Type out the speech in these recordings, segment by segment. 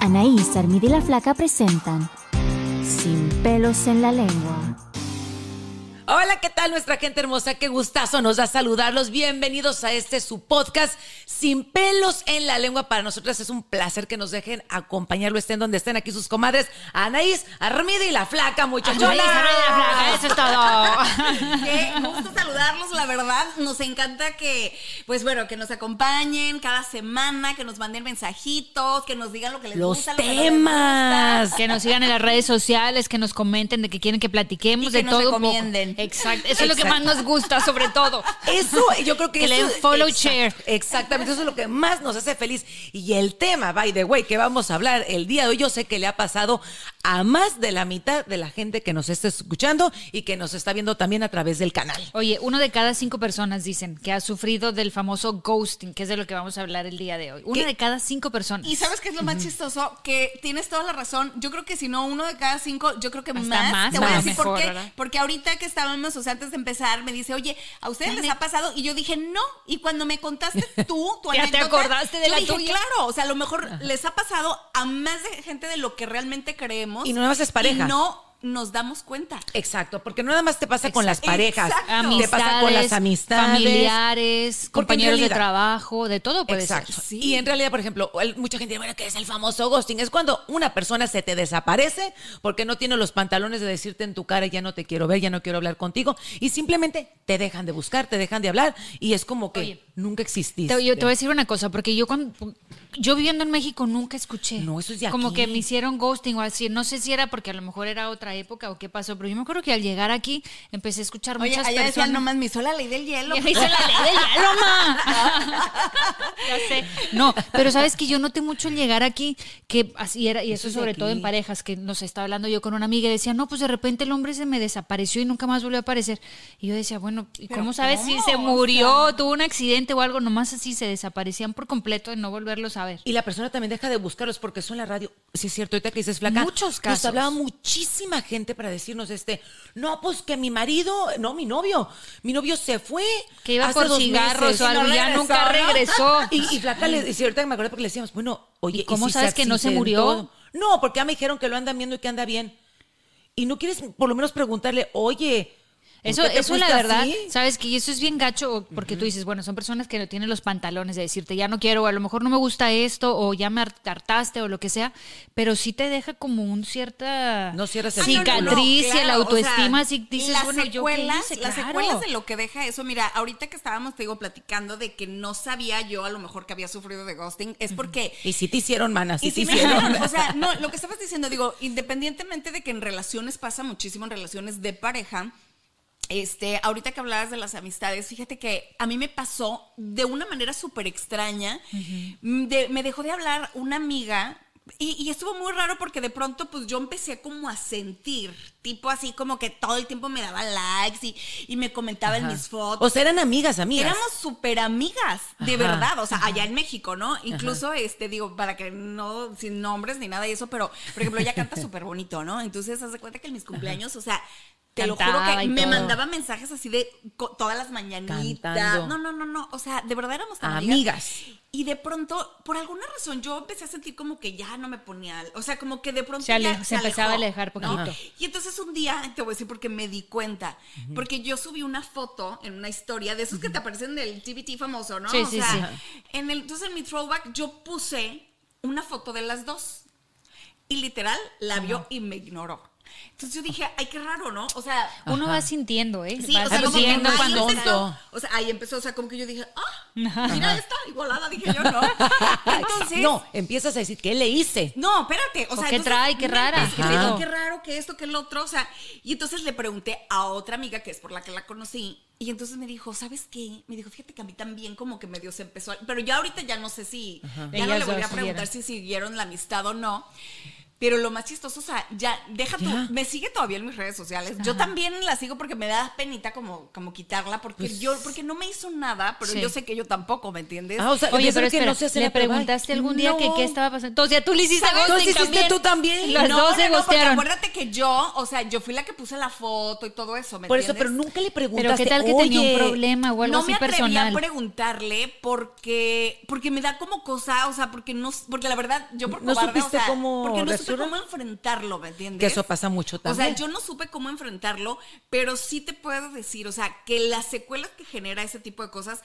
Anaí, Sarmidi y la Flaca presentan Sin pelos en la lengua. Hola, ¿qué tal nuestra gente hermosa? Qué gustazo nos da saludarlos. Bienvenidos a este su podcast Sin pelos en la lengua. Para nosotras es un placer que nos dejen acompañarlo, estén donde estén aquí sus comadres Anaís, Armida y la Flaca, muchachos. Anaís, Armida y la Flaca, eso es todo. Qué gusto saludarlos, la verdad. Nos encanta que, pues bueno, que nos acompañen cada semana, que nos manden mensajitos, que nos digan lo que les Los gusta. lo que no les temas. gusta. Que nos sigan en las redes sociales, que nos comenten de que quieren que platiquemos Y de que nos todo. un poco. recomienden. Exacto. Eso es lo que más nos gusta, sobre todo. Eso, yo creo que, Que le eso- den follow, exact- share. Exactamente, eso es lo que más nos hace feliz. Y el tema, by the way, que vamos a hablar el día de hoy, yo sé que le ha pasado a más de la mitad de la gente que nos está escuchando y que nos está viendo también a través del canal. Oye, uno de cada cinco personas dicen que ha sufrido del famoso ghosting, que es de lo que vamos a hablar el día de hoy. Una ¿Qué? de cada cinco personas. Y sabes qué es lo más chistoso, que tienes toda la razón. Yo creo que si no uno de cada cinco, yo creo que Hasta más. más, Te voy a más, decir por mejor, qué. ¿verdad? Porque ahorita que estábamos, o sea, antes de empezar, me dice, oye, ¿a ustedes les ha pasado? Y yo dije, no. Y cuando me contaste tú, tu Ya te anécdota, acordaste de yo la dije, tuya. claro. O sea, a lo mejor les ha pasado a más de gente de lo que realmente creemos. Y no nada más es pareja. Y no nos damos cuenta. Exacto, porque no nada más te pasa con las parejas, Exacto. te pasa con las amistades. familiares, Porque en compañeros de realidad- trabajo, de todo puede Exacto. ser. Y en realidad, por ejemplo, el- mucha gente dice, bueno, ¿qué es el famoso ghosting? Es cuando una persona se te desaparece porque no tiene los pantalones de decirte en tu cara, ya no te quiero ver, ya no quiero hablar contigo, y simplemente te dejan de buscar, te dejan de hablar, y es como que Oye, nunca exististe. Te- yo te voy a decir una cosa, porque yo cuando yo viviendo en México nunca escuché. No, eso es de Como aquí. que me hicieron ghosting o así. No sé si era porque a lo mejor era otra época o qué pasó, pero yo me acuerdo que al llegar aquí empecé a escuchar Oye, muchas allá decían, personas. nomás me hizo la ley del hielo. Ya me hice la ley del hielo, ma. Ya sé. No, pero sabes que yo noté mucho el llegar aquí, que así era, y eso, Eso es de sobre todo aquí. en parejas, que nos estaba hablando yo con una amiga y decía, no, pues de repente el hombre se me desapareció y nunca más volvió a aparecer. Y yo decía, bueno, ¿y ¿Pero cómo sabes si cómo? se O murió, tuvo un accidente o algo? Nomás así se desaparecían por completo de no volverlos a ver. Y la persona también deja de buscarlos porque eso en la radio, si es cierto, ahorita que dices flaca. Muchos Nos casos. hablaba muchísima gente para decirnos este, no, pues que mi marido, no, mi novio, mi novio se fue. Que iba hace por dos cigarros meses. o Y algo, ya nunca regresó. Y, y flaca, le, y ahorita que me acuerdo porque le decíamos, bueno, oye, ¿Y cómo si sabes que no se murió? accidentó? No, porque ya me dijeron que lo andan viendo y que anda bien. Y no quieres por lo menos preguntarle, oye, ¿por Eso, qué te eso la fuiste verdad, así? sabes que eso es bien gacho porque tú dices, bueno, son personas que no tienen los pantalones de decirte, ya no quiero, o a lo mejor no me gusta esto, o ya me hart- hartaste, o lo que sea, pero sí te deja como un cierta No Ah, cierras el Pues, cicatriz círculo. y claro, la o autoestima, sea, así dices, las bueno, secuelas, yo qué hice, las claro. secuelas de lo que deja eso, mira, ahorita que estábamos, te digo, platicando de que no sabía yo a lo mejor que había sufrido de ghosting, es porque... Y si te hicieron, mana, si Y te sí me hicieron. dijeron, o sea, no, lo que estabas diciendo, digo, independientemente de que en relaciones pasa muchísimo, en relaciones de pareja, este, ahorita que hablabas de las amistades, fíjate que a mí me pasó de una manera súper extraña. Mm, de- me dejó de hablar una amiga. Y, y estuvo muy raro porque de pronto pues yo empecé como a sentir, tipo así como que todo el tiempo me daba likes y, y me comentaba en mis fotos. O sea, eran amigas, amigas. Éramos súper amigas, de Ajá, verdad, o sea, allá en México, ¿no? Incluso, este, digo, para que no, sin nombres ni nada y eso, pero, por ejemplo, ella canta súper bonito, ¿no? Entonces, haz de cuenta que en mis cumpleaños, o sea, Te lo juro Cantaba que y me todo. mandaba mensajes así de co- todas las mañanitas. Cantando. No, no, no, no. O sea, de verdad éramos Ah, tan Amigas. Y de pronto, por alguna razón, yo empecé a sentir como que ya no me ponía. al- O sea, como que de pronto. Se ale- ya se empezaba a alejó, alejar poquito. Y entonces un día, te voy a decir porque me di cuenta. Porque yo subí una foto en una historia de esos que te aparecen del TBT famoso, ¿no? Sí, o sí, sea, sí. En el, entonces en mi throwback yo puse una foto de las dos. Y literal la vio y me ignoró. Entonces yo dije, ay, qué raro, ¿no? O sea, Uno va sintiendo, ¿eh? Sí, va o sea, como que sintiendo ahí cuando empezó, tonto. O sea, ahí empezó, o sea, como que yo dije, ah, mira esta igualada, dije yo, ¿no? Entonces, no, empiezas a decir, ¿qué le hice? no, espérate, o sea, ¿O qué trae? ¿Qué rara? Es que Ajá. digo, qué raro, que esto, que el otro, o sea, y entonces le pregunté a otra amiga que es por la que la conocí y entonces me dijo, ¿sabes qué? Me dijo, fíjate que a mí también como que medio se empezó, a- pero ya ahorita ya no sé si, ya no Ellas le volví a dos siguieron. preguntar si siguieron la amistad o no. Pero lo más chistoso, o sea, ya, deja tú, Ya. me sigue todavía en mis redes sociales. Yo también la sigo porque me da penita como, como quitarla, porque yo, porque no me hizo nada, pero Pues Sí. yo sé que yo tampoco, ¿me entiendes? Ah, o sea, Oye, de pero ser que espera, no se hace ¿le la prueba. preguntaste algún día que No. qué estaba pasando? Entonces, tú le hiciste ¿Sabes? ghosting Entonces, hiciste también. tú también. Las no, dos no, se no, porque gostearon. acuérdate que yo, o sea, yo fui la que puse la foto y todo eso, ¿me Por eso, pero entiendes? nunca le Pero preguntaste. qué tal que tenía un "Oye, problema o algo no así me atreví personal. a preguntarle porque porque me da como cosa, o sea, porque no porque la verdad yo por No cobarde, o supiste sea, cómo porque no reaccionar. supe cómo enfrentarlo, ¿me entiendes? Que eso pasa mucho O también. sea, yo no supe cómo enfrentarlo, pero sí te puedo decir, o sea, que las secuelas que genera ese tipo de cosas,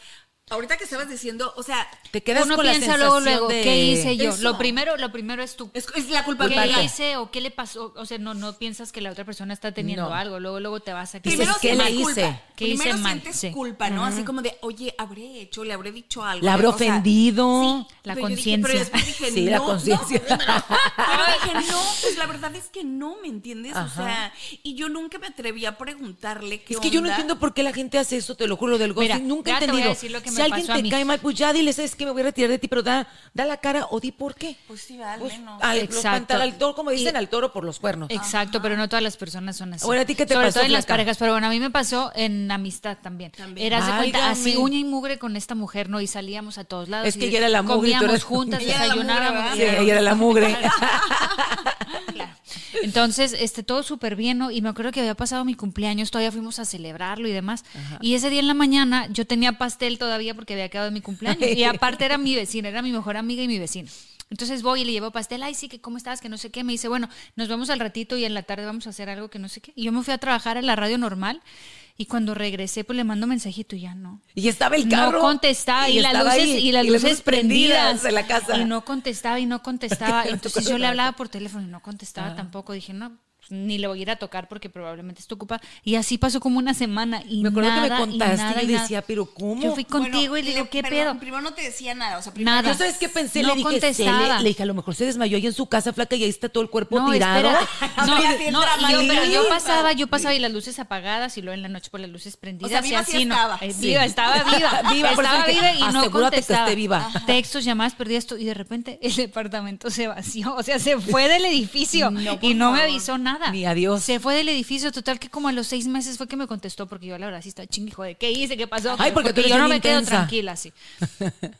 ahorita que estabas diciendo, o sea, Te quedas Uno con la piensa luego, sensación luego, de- ¿qué hice yo? Eso. Lo primero, lo primero es tú. es, es la culpa ¿Qué mía. hice o qué le pasó? O sea, no, no piensas que la otra persona está teniendo No. algo. Luego, luego te vas a Dices, Primero ¿qué sientes le hice? culpa. ¿Qué hice Primero mal? sientes Sí. culpa, ¿no? Así como de, oye, habré hecho, le habré dicho algo. La habré O sea, ofendido. sí, La pero yo dije- conciencia. Pero después dije, Sí, no, la no, conciencia. Pero dije, no, pues la verdad es que no, ¿me entiendes? Ajá. O sea, y yo nunca me atreví a preguntarle qué Es que yo no onda. entiendo por qué la gente hace eso, te lo juro, del ghosting. Mira, Nunca he ya te voy a entendido. decir lo que si me alguien pasó a te mí. cae mal, pues ya dile, ¿sabes que Me voy a retirar de ti, pero da, da la cara o di por qué. Pues sí, al Pues, menos. al, los Exacto. pantal- al toro, como dicen, Y- al toro por los cuernos. Exacto, pero no todas las personas son así. Ahora, ¿a ti qué te Sobre pasó, todo en las flaca? parejas, pero bueno, a mí me pasó en amistad también. También. Eras de cuenta, Válgame. así uña y mugre con esta mujer, ¿no? Y salíamos a todos lados. Es y que ella era la mugre y tú Comíamos eras- juntas, Ella era la mugre, desayunábamos. Sí, ella era la mugre. Claro. Entonces, este, todo súper bien, ¿no? Y me acuerdo que había pasado mi cumpleaños, todavía fuimos a celebrarlo y demás. Y ese día en la mañana yo tenía pastel todavía porque había quedado mi cumpleaños. Y aparte era mi vecina, era mi mejor amiga y mi vecina. Entonces voy y le llevo pastel, ay sí, que cómo estabas, que no sé qué. Me dice, bueno, nos vamos al ratito y en la tarde vamos a hacer algo que no sé qué. Y yo me fui a trabajar a la radio normal y cuando regresé, pues le mando mensajito y ya no. Y estaba el carro. No contestaba. Y, las estaba luces, ahí, y las luces prendidas. en la casa. Y no contestaba y no contestaba. Entonces yo le acordabas. hablaba por teléfono y no contestaba Ah. tampoco. Dije, no, pues, ni le voy a ir a tocar porque probablemente esto ocupa. Y así pasó como una semana. Y Me acuerdo que me nada, contaste y y, nada, yo nada. decía, pero ¿cómo? Yo fui Bueno, contigo y le digo, ¿qué pero pedo? Primero no te decía nada, o sea, primero. Nada. ¿Yo sabes qué pensé? No le dije, se contestaba. le, le dije, a lo mejor se desmayó ahí en su casa flaca y ahí está todo el cuerpo No, tirado. espérate. No, Había bien no, y yo, pero yo dramática. pasaba, yo pasaba y las luces apagadas y luego en la noche por las luces prendidas. O sea, viva y así, sí no. estaba. Eh, Sí. Viva, estaba viva. Viva, por eso estaba dije, viva y no asegúrate que esté contestaba. viva. Ajá. Textos, llamadas, perdí esto y de repente el departamento se vació. O sea, se fue del edificio y no me avisó nada. Ni adiós. Se fue del edificio. Total que como a los seis meses fue que me contestó porque yo la verdad sí estaba chingue, joder, ¿qué hice? ¿Qué pasó? Ay, porque tú eres yo no bien me quedo intensa. tranquila así.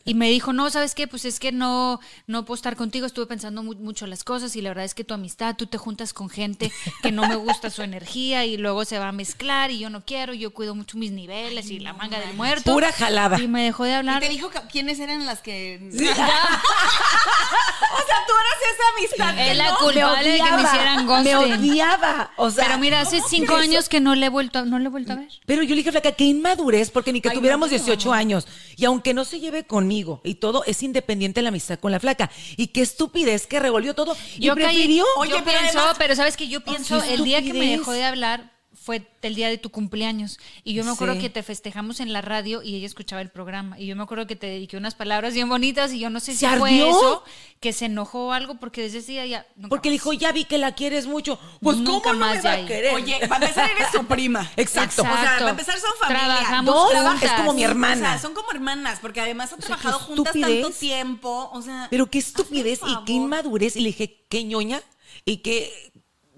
Y me dijo, no, ¿sabes qué? Pues es que no, no puedo estar contigo, estuve pensando mu- mucho las cosas y la verdad es que tu amistad, tú te juntas con gente que no me gusta su energía y luego se va a mezclar y yo no quiero, yo cuido mucho mis niveles y la manga del muerto. Pura jalada. Y me dejó de Y hablar. te dijo que- quiénes eran las que. o sea, tú eras esa amistad. que Es la no- culpable de que me hicieran Me ghosting. odiaba. O sea, Pero mira, hace ¿cómo cinco crees? años que no le he vuelto a, no le he vuelto a ver. Pero yo le dije, flaca, qué inmadurez, porque ni que Ay, no, tuviéramos no. 18 años. Y aunque no se lleve conmigo y todo, es independiente la amistad con la flaca. Y qué estupidez que revolvió todo. Yo y caí- prefirió. yo Oye, pero pienso, además- pero sabes que yo pienso, qué el día que me estupidez. dejó de hablar fue el día de tu cumpleaños. Y yo me acuerdo Sí. que te festejamos en la radio y ella escuchaba el programa. Y yo me acuerdo que te dediqué unas palabras bien bonitas y yo no sé si ¿Se fue ardió? eso, que se enojó o algo, porque desde ese día ya... nunca Porque le más. dijo, ya vi que la quieres mucho. Pues, Nunca ¿cómo no me más va de a ahí. querer? Oye, para empezar eres su prima. Exacto. O sea, para empezar son familia. Trabajamos Dos, juntas. es como mi Sí, hermana. O sea, son como hermanas, porque además han sea, qué trabajado juntas estupidez. tanto tiempo. O sea. Pero qué hazme estupidez un y qué favor. inmadurez. Y le dije, qué ñoña y qué,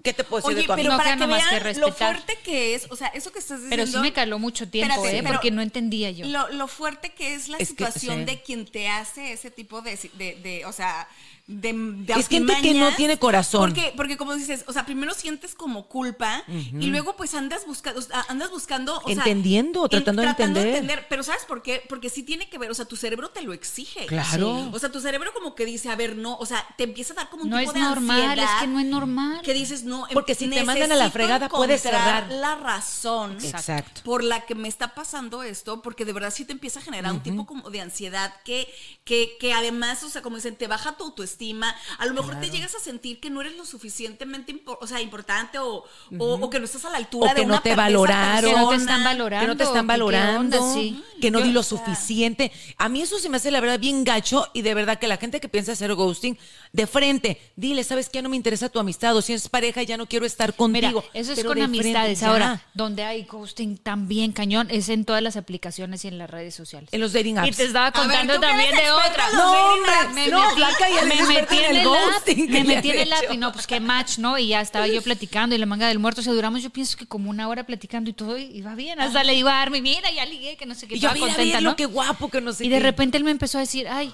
qué te puedo decir Oye, Pues de tu amiga. pero No para queda que nomás que vean lo respetar. fuerte que es, o sea, eso que estás diciendo. Pero sí me caló mucho tiempo, Espérate, ¿eh? pero Porque no entendía yo. Lo, lo fuerte que es la Es que, situación sí. de quien te hace ese tipo de, de, de, o sea, de, de Es gente que artimañas. no tiene corazón. Porque, porque como dices, o sea, primero sientes como culpa y luego pues andas buscando, andas buscando, o sea, Entendiendo, tratando de entender. Pero ¿sabes por qué? Porque sí tiene que ver, o sea, tu cerebro te lo exige. Claro. O sea, tu cerebro como que dice, a ver, no, o sea, te empieza a dar como un No tipo es de normal, ansiedad es que no es normal. Que dices, no, em- Porque si te mandan a la necesito fregada, puedes encontrar cerrar. la razón Exacto. por la que me está pasando esto, porque de verdad sí te empieza a generar un tipo como de ansiedad que, que, que además, o sea, como dicen, te baja tu autoestima, a lo mejor te llegas a sentir que no eres lo suficientemente impor- o sea, importante o, o- o que no estás a la altura O que de no una te per- de esa valoraron. pues, Que no te persona. están valorando. Que no te están que qué onda, valorando, sí. que no Yo- di lo suficiente. A mí eso se me hace la verdad bien gacho y de verdad que la gente que piensa hacer ghosting, de frente, dile, ¿sabes qué? No me interesa tu amistad o si es pareja ya no quiero estar Mira, contigo. eso es Pero con de frente, amistades. ya. Ahora, donde hay ghosting también cañón, es en todas las aplicaciones y en las redes sociales. En los dating apps. Y te estaba ver, contando ¿tú qué también eres de otra. experta en los dating apps? me No, metí- Blanca ya me es experta en metí en el el app, ghosting que Me le metí han en el app hecho. y no, pues qué match, ¿no? Y ya estaba yo platicando y la manga del muerto. O sea, duramos, yo pienso que como una hora platicando y todo, y iba bien. Hasta le iba a Armi, mira, ya ligué, que no sé qué. Y yo, estaba mira, contenta, mira ¿no? lo que guapo, que no sé Y de qué. repente él me empezó a decir, ay,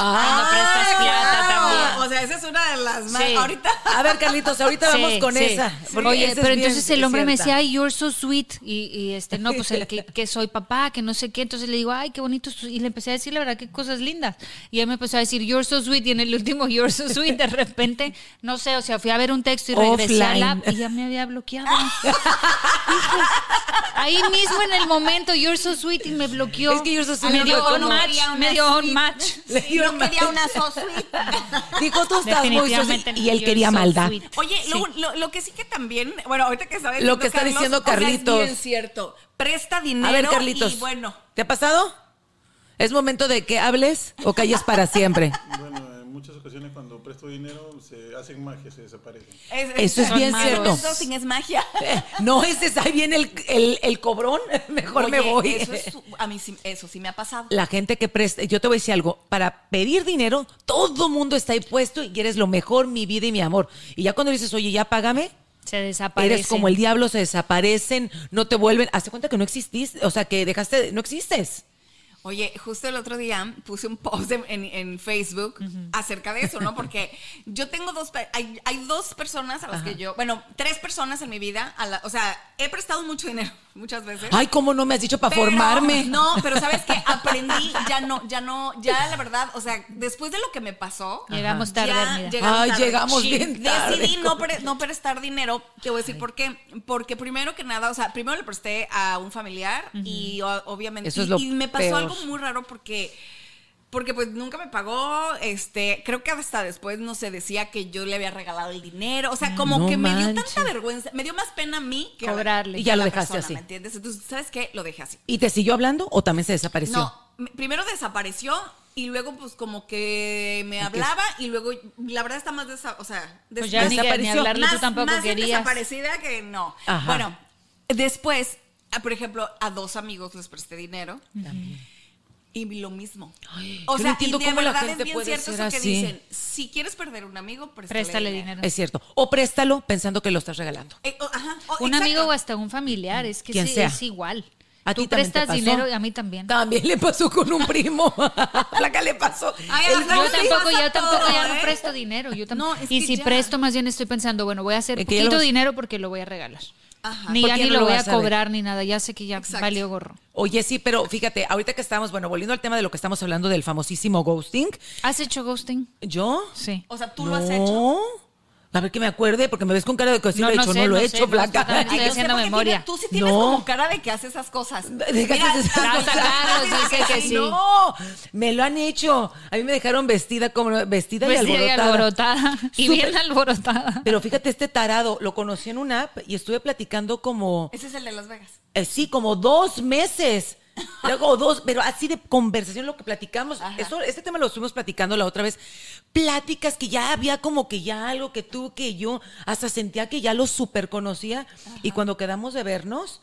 Ah, no prestas plata también. Ah, O sea, esa es una de las más. Sí. Ahorita. A ver, Carlitos, ahorita Sí, vamos con sí. esa. porque Oye, esa es pero bien entonces el hombre me cierta. decía, ay, you're so sweet. Y, y, este, no, pues el que, que soy papá, que no sé qué. Entonces le digo, ay, qué bonito. es tu-". Y le empecé a decir, la verdad, qué cosas lindas. Y él me empezó a decir, you're so sweet. Y en el último, you're so sweet, de repente, no sé, o sea, fui a ver un texto y regresé al Offline. app y ya me había bloqueado. Ahí mismo en el momento, you're so sweet, y me bloqueó. Ah, Es que you're so sweet, Me no dio me on match, conocía me dio on match. Le dio no un quería mal- una sosuite. Dijo, tú estás muy Definitivamente sosi- no, Y él you're quería so maldad. sweet. Oye, lo, lo- lo que sí que también, bueno, ahorita que sabes Lo que está diciendo Carlitos. es bien cierto. Presta dinero A ver, Carlitos. y bueno, ¿Te ha pasado? ¿Es momento de que hables o calles para siempre? Bueno, en muchas ocasiones cuando presto dinero se hacen magia, se desaparecen. es, Eso es Son bien malos. cierto. ghosting es magia. Eh, No, ese es ahí viene el, el- el cobrón. Mejor me Oye, voy. Eso, es su- a mí sí, eso sí me ha pasado. La gente que presta, yo te voy a decir algo, para pedir dinero, todo mundo está ahí puesto y eres lo mejor, mi vida y mi amor. Y ya cuando dices, oye, ya págame, Se desaparece. eres como el diablo, se desaparecen, no te vuelven, hazte cuenta que no existís, o sea, que dejaste, no existes. Oye, justo el otro día puse un post en, en- en Facebook acerca de eso, ¿no? Porque yo tengo dos, pe- hay, hay dos personas a las que yo, bueno, tres personas en mi vida, a la- o sea, he prestado mucho dinero muchas veces. Ay, ¿cómo no me has dicho para Pero, formarme? No, pero sabes que aprendí, ya no, ya no, ya la verdad, o sea, después de lo que me pasó. Llegamos ya tarde, Armida. Ay, llegamos bien tarde. Decidí no, pre- no prestar dinero. Te voy a decir por qué. Porque primero que nada, o sea, primero le presté a un familiar y o- obviamente. Eso es y- lo y, me pasó peor. algo muy raro porque. Porque pues nunca me pagó, este, creo que hasta después no se decía que yo le había regalado el dinero, o sea, como Mm. No que me dio manches. tanta vergüenza, me dio más pena a mí que a- Cobrarle. Y ya a lo la dejaste persona, así. ¿me entiendes? Entonces, ¿sabes qué? Lo dejé así. ¿Y te siguió hablando o también se desapareció? No, me- primero desapareció y luego pues como que me hablaba y luego la verdad está más desa- o sea, des- Pues ya ni que- ni desapareció. hablarle tú más, tampoco más bien querías. desaparecida que no. Ajá. Bueno, después, ah, por ejemplo, a dos amigos les presté dinero. Y lo mismo. o yo no sea, entiendo y de cómo la verdad gente es bien puede cierto ser eso que así. dicen, si quieres perder un amigo, préstale, Préstale dinero. Es cierto. O préstalo pensando que lo estás regalando. Eh, oh, ajá, oh, un exacto. amigo o hasta un familiar, es que Quien sí, sea. es igual. ¿A Tú ti también te prestas pasó? dinero y a mí también. También le pasó con un primo. La que le pasó. Ay, El a ver, Yo sí, tampoco, pasa yo tampoco todo, ya no ¿eh? presto dinero. Yo tampoco. No, es y que si ya. presto, más bien estoy pensando, bueno, voy a hacer Es que ya poquito los- dinero porque lo voy a regalar. Ajá. ni ¿Por ya qué ni no lo lo voy a vas a ver? cobrar ni nada. Ya sé que ya Exacto. valió gorro. Oye, sí, pero fíjate, ahorita que estamos, bueno, volviendo al tema de lo que estamos hablando del famosísimo ghosting, ¿Has hecho ghosting? ¿yo? Sí. O sea, tú lo has hecho. A ver que me acuerde, porque me ves con cara de que sí No, lo he no hecho, sé, no lo no he sé, hecho, no, Blanca. totalmente. Ay, Estoy yo sé haciendo por qué memoria. tiene- tú sí tienes No. como cara de que haces esas cosas. Deja que se- Claro, Carlos, claro, sí, dice que sí. No, me lo han hecho. A mí me dejaron vestida como vestida, Vestida y y alborotada. alborotada. Y Súper- bien alborotada. Pero fíjate, este tarado lo conocí en una app y estuve platicando como, Ese es el de Las Vegas. eh, sí, como dos meses. Luego dos, pero así de conversación lo que platicamos. Eso, este tema lo estuvimos platicando la otra vez. Pláticas que ya había como que ya algo que tú, que yo, hasta sentía que ya lo super conocía. Y cuando quedamos de vernos,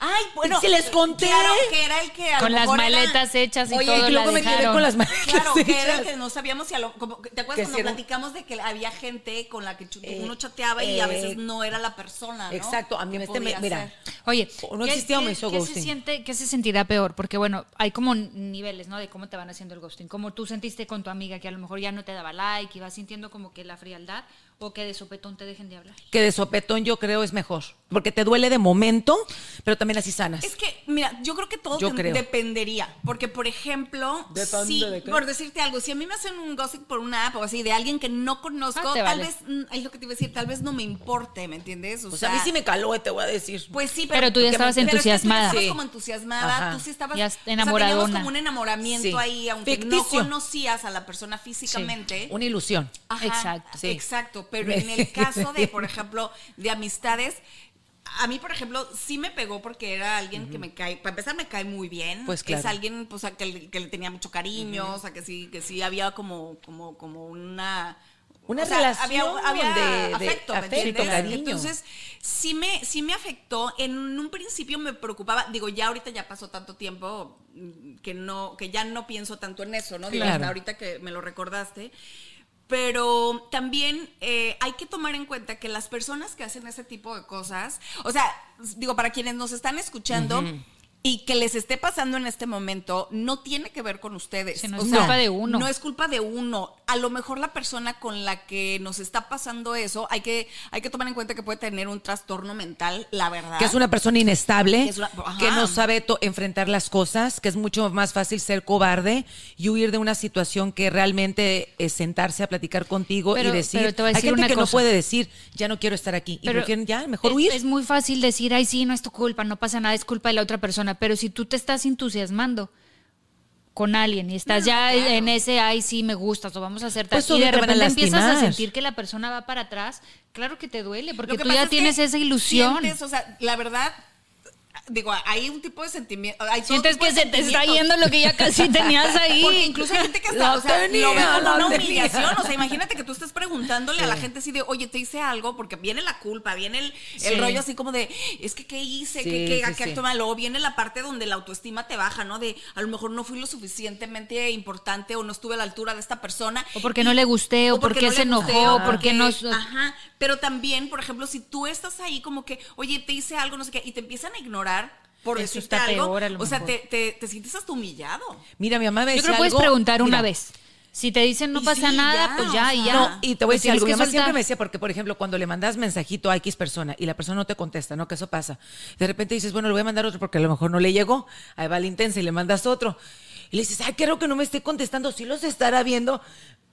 Ay, bueno. Si les conté. Claro, que era el que. a lo Con las mejor era- maletas hechas y Oye, todo. y la luego me quedé dejaron. con las manos. Claro, que era el que no sabíamos si a lo. como- ¿Te acuerdas Que cuando si era- platicamos de que había gente con la que chu- Eh, uno chateaba y a veces eh, no era la persona? ¿no? Exacto, a mí Que este me- podía mira. ser. Oye, O no existía o me hizo qué se ghosting. siente, ¿qué se sentirá peor? Porque bueno, hay como niveles, ¿no? De cómo te van haciendo el ghosting. Como tú sentiste con tu amiga que a lo mejor ya no te daba like y vas sintiendo como que la frialdad o que de sopetón te dejen de hablar. que de sopetón yo creo es mejor. Porque te duele de momento, pero también así sanas. Es que, mira, yo creo que todo Yo tem- creo. dependería. Porque, por ejemplo, Depende si- de qué. por decirte algo, si a mí me hacen un gossip por una app o así de alguien que no conozco, Ah, te tal vale. vez, mm, es lo que te iba a decir, tal vez no me importe, ¿me entiendes? O, o sea, sea, a mí sí me caló, te voy a decir. Pues sí, Pero tú ya porque- estabas pero es que entusiasmada. Tú ya estabas Sí. como entusiasmada, Ajá. tú sí estabas Ya o sea, teníamos enamoradona. como un enamoramiento Sí. ahí, aunque no Ficticio. conocías a la persona físicamente. Una ilusión. Ajá, Exacto. Sí. Exacto, pero en el caso de, por ejemplo, de amistades, a mí, por ejemplo, sí me pegó porque era alguien que me cae, para empezar me cae muy bien. Pues claro. Es alguien pues, a que, le- que le tenía mucho cariño, o sea, que sí, que sí había como, como, como una... Una o sea, relación había, había de- de afecto, ¿me afecto, entiendes? cariño. Entonces, sí me, sí me afectó. En un principio me preocupaba, digo, ya ahorita ya pasó tanto tiempo mm, que no, que ya no pienso tanto en eso, ¿no? Digo, Claro. hasta ahorita que me lo recordaste. Pero también eh, hay que tomar en cuenta que las personas que hacen ese tipo de cosas, o sea, digo, para quienes nos están escuchando y que les esté pasando en este momento, no tiene que ver con ustedes. Sí, no O es sea, culpa de uno. No es culpa de uno. A lo mejor la persona con la que nos está pasando eso, hay que, hay que tomar en cuenta que puede tener un trastorno mental, la verdad. Que es una persona inestable, Que es una- ajá. que no sabe to- enfrentar las cosas, que es mucho más fácil ser cobarde y huir de una situación que realmente es sentarse a platicar contigo Pero- y decir, pero te voy a hay decir gente una que no cosa. puede decir, ya no quiero estar aquí. y prefieren ya, mejor es, huir. Es muy fácil decir, ay, sí, no es tu culpa, no pasa nada, es culpa de la otra persona. Pero si tú te estás entusiasmando con alguien y estás ya en ese, ay, sí, me gustas o vamos a hacer tal, Pues y obvio de te van a repente empiezas a lastimar. sentir que la persona va para atrás, claro que te duele, porque Lo que tú pasa ya es que tienes esa ilusión. sientes, o sea, la verdad, digo, hay un tipo de sentimiento. hay todo Sientes tipo que de se te está sentimientos. yendo lo que ya casi tenías ahí. pues, Porque incluso hay gente que hasta, La o sea, lo ve tenía, como la una tenía. humillación. O sea, imagínate que tú estés preguntándole a la gente así de, oye, te hice algo, porque viene la culpa, viene el, el Sí. rollo así como de, es que qué hice, Sí, qué, qué, sí, qué sí. acto malo. Luego viene la parte donde la autoestima te baja, ¿no? De, a lo mejor no fui lo suficientemente importante o no estuve a la altura de esta persona. O porque no le gusté, o porque le ah, se gusté, enojó, o o porque no- Ajá, pero también, por ejemplo, si tú estás ahí como que, oye, te hice algo, no sé qué, y te empiezan a ignorar por Eso decirte está algo, peor, a lo o sea, mejor. te, te, te sientes hasta humillado. Mira, mi mamá me Yo decía creo que puedes algo- preguntar una Mira, vez. Si te dicen no Y pasa sí, nada, ya, pues o ya, y sea. ya. No, y te voy a Lo decir algo. tienes Mi que mamá siempre soltar. me decía, porque, por ejemplo, cuando le mandas mensajito a X persona y la persona no te contesta, ¿no? Que eso pasa. De repente dices, bueno, le voy a mandar otro porque a lo mejor no le llegó. Ahí va la intensa y le mandas otro. Y le dices, ay, creo que no me esté contestando, sí los estará viendo.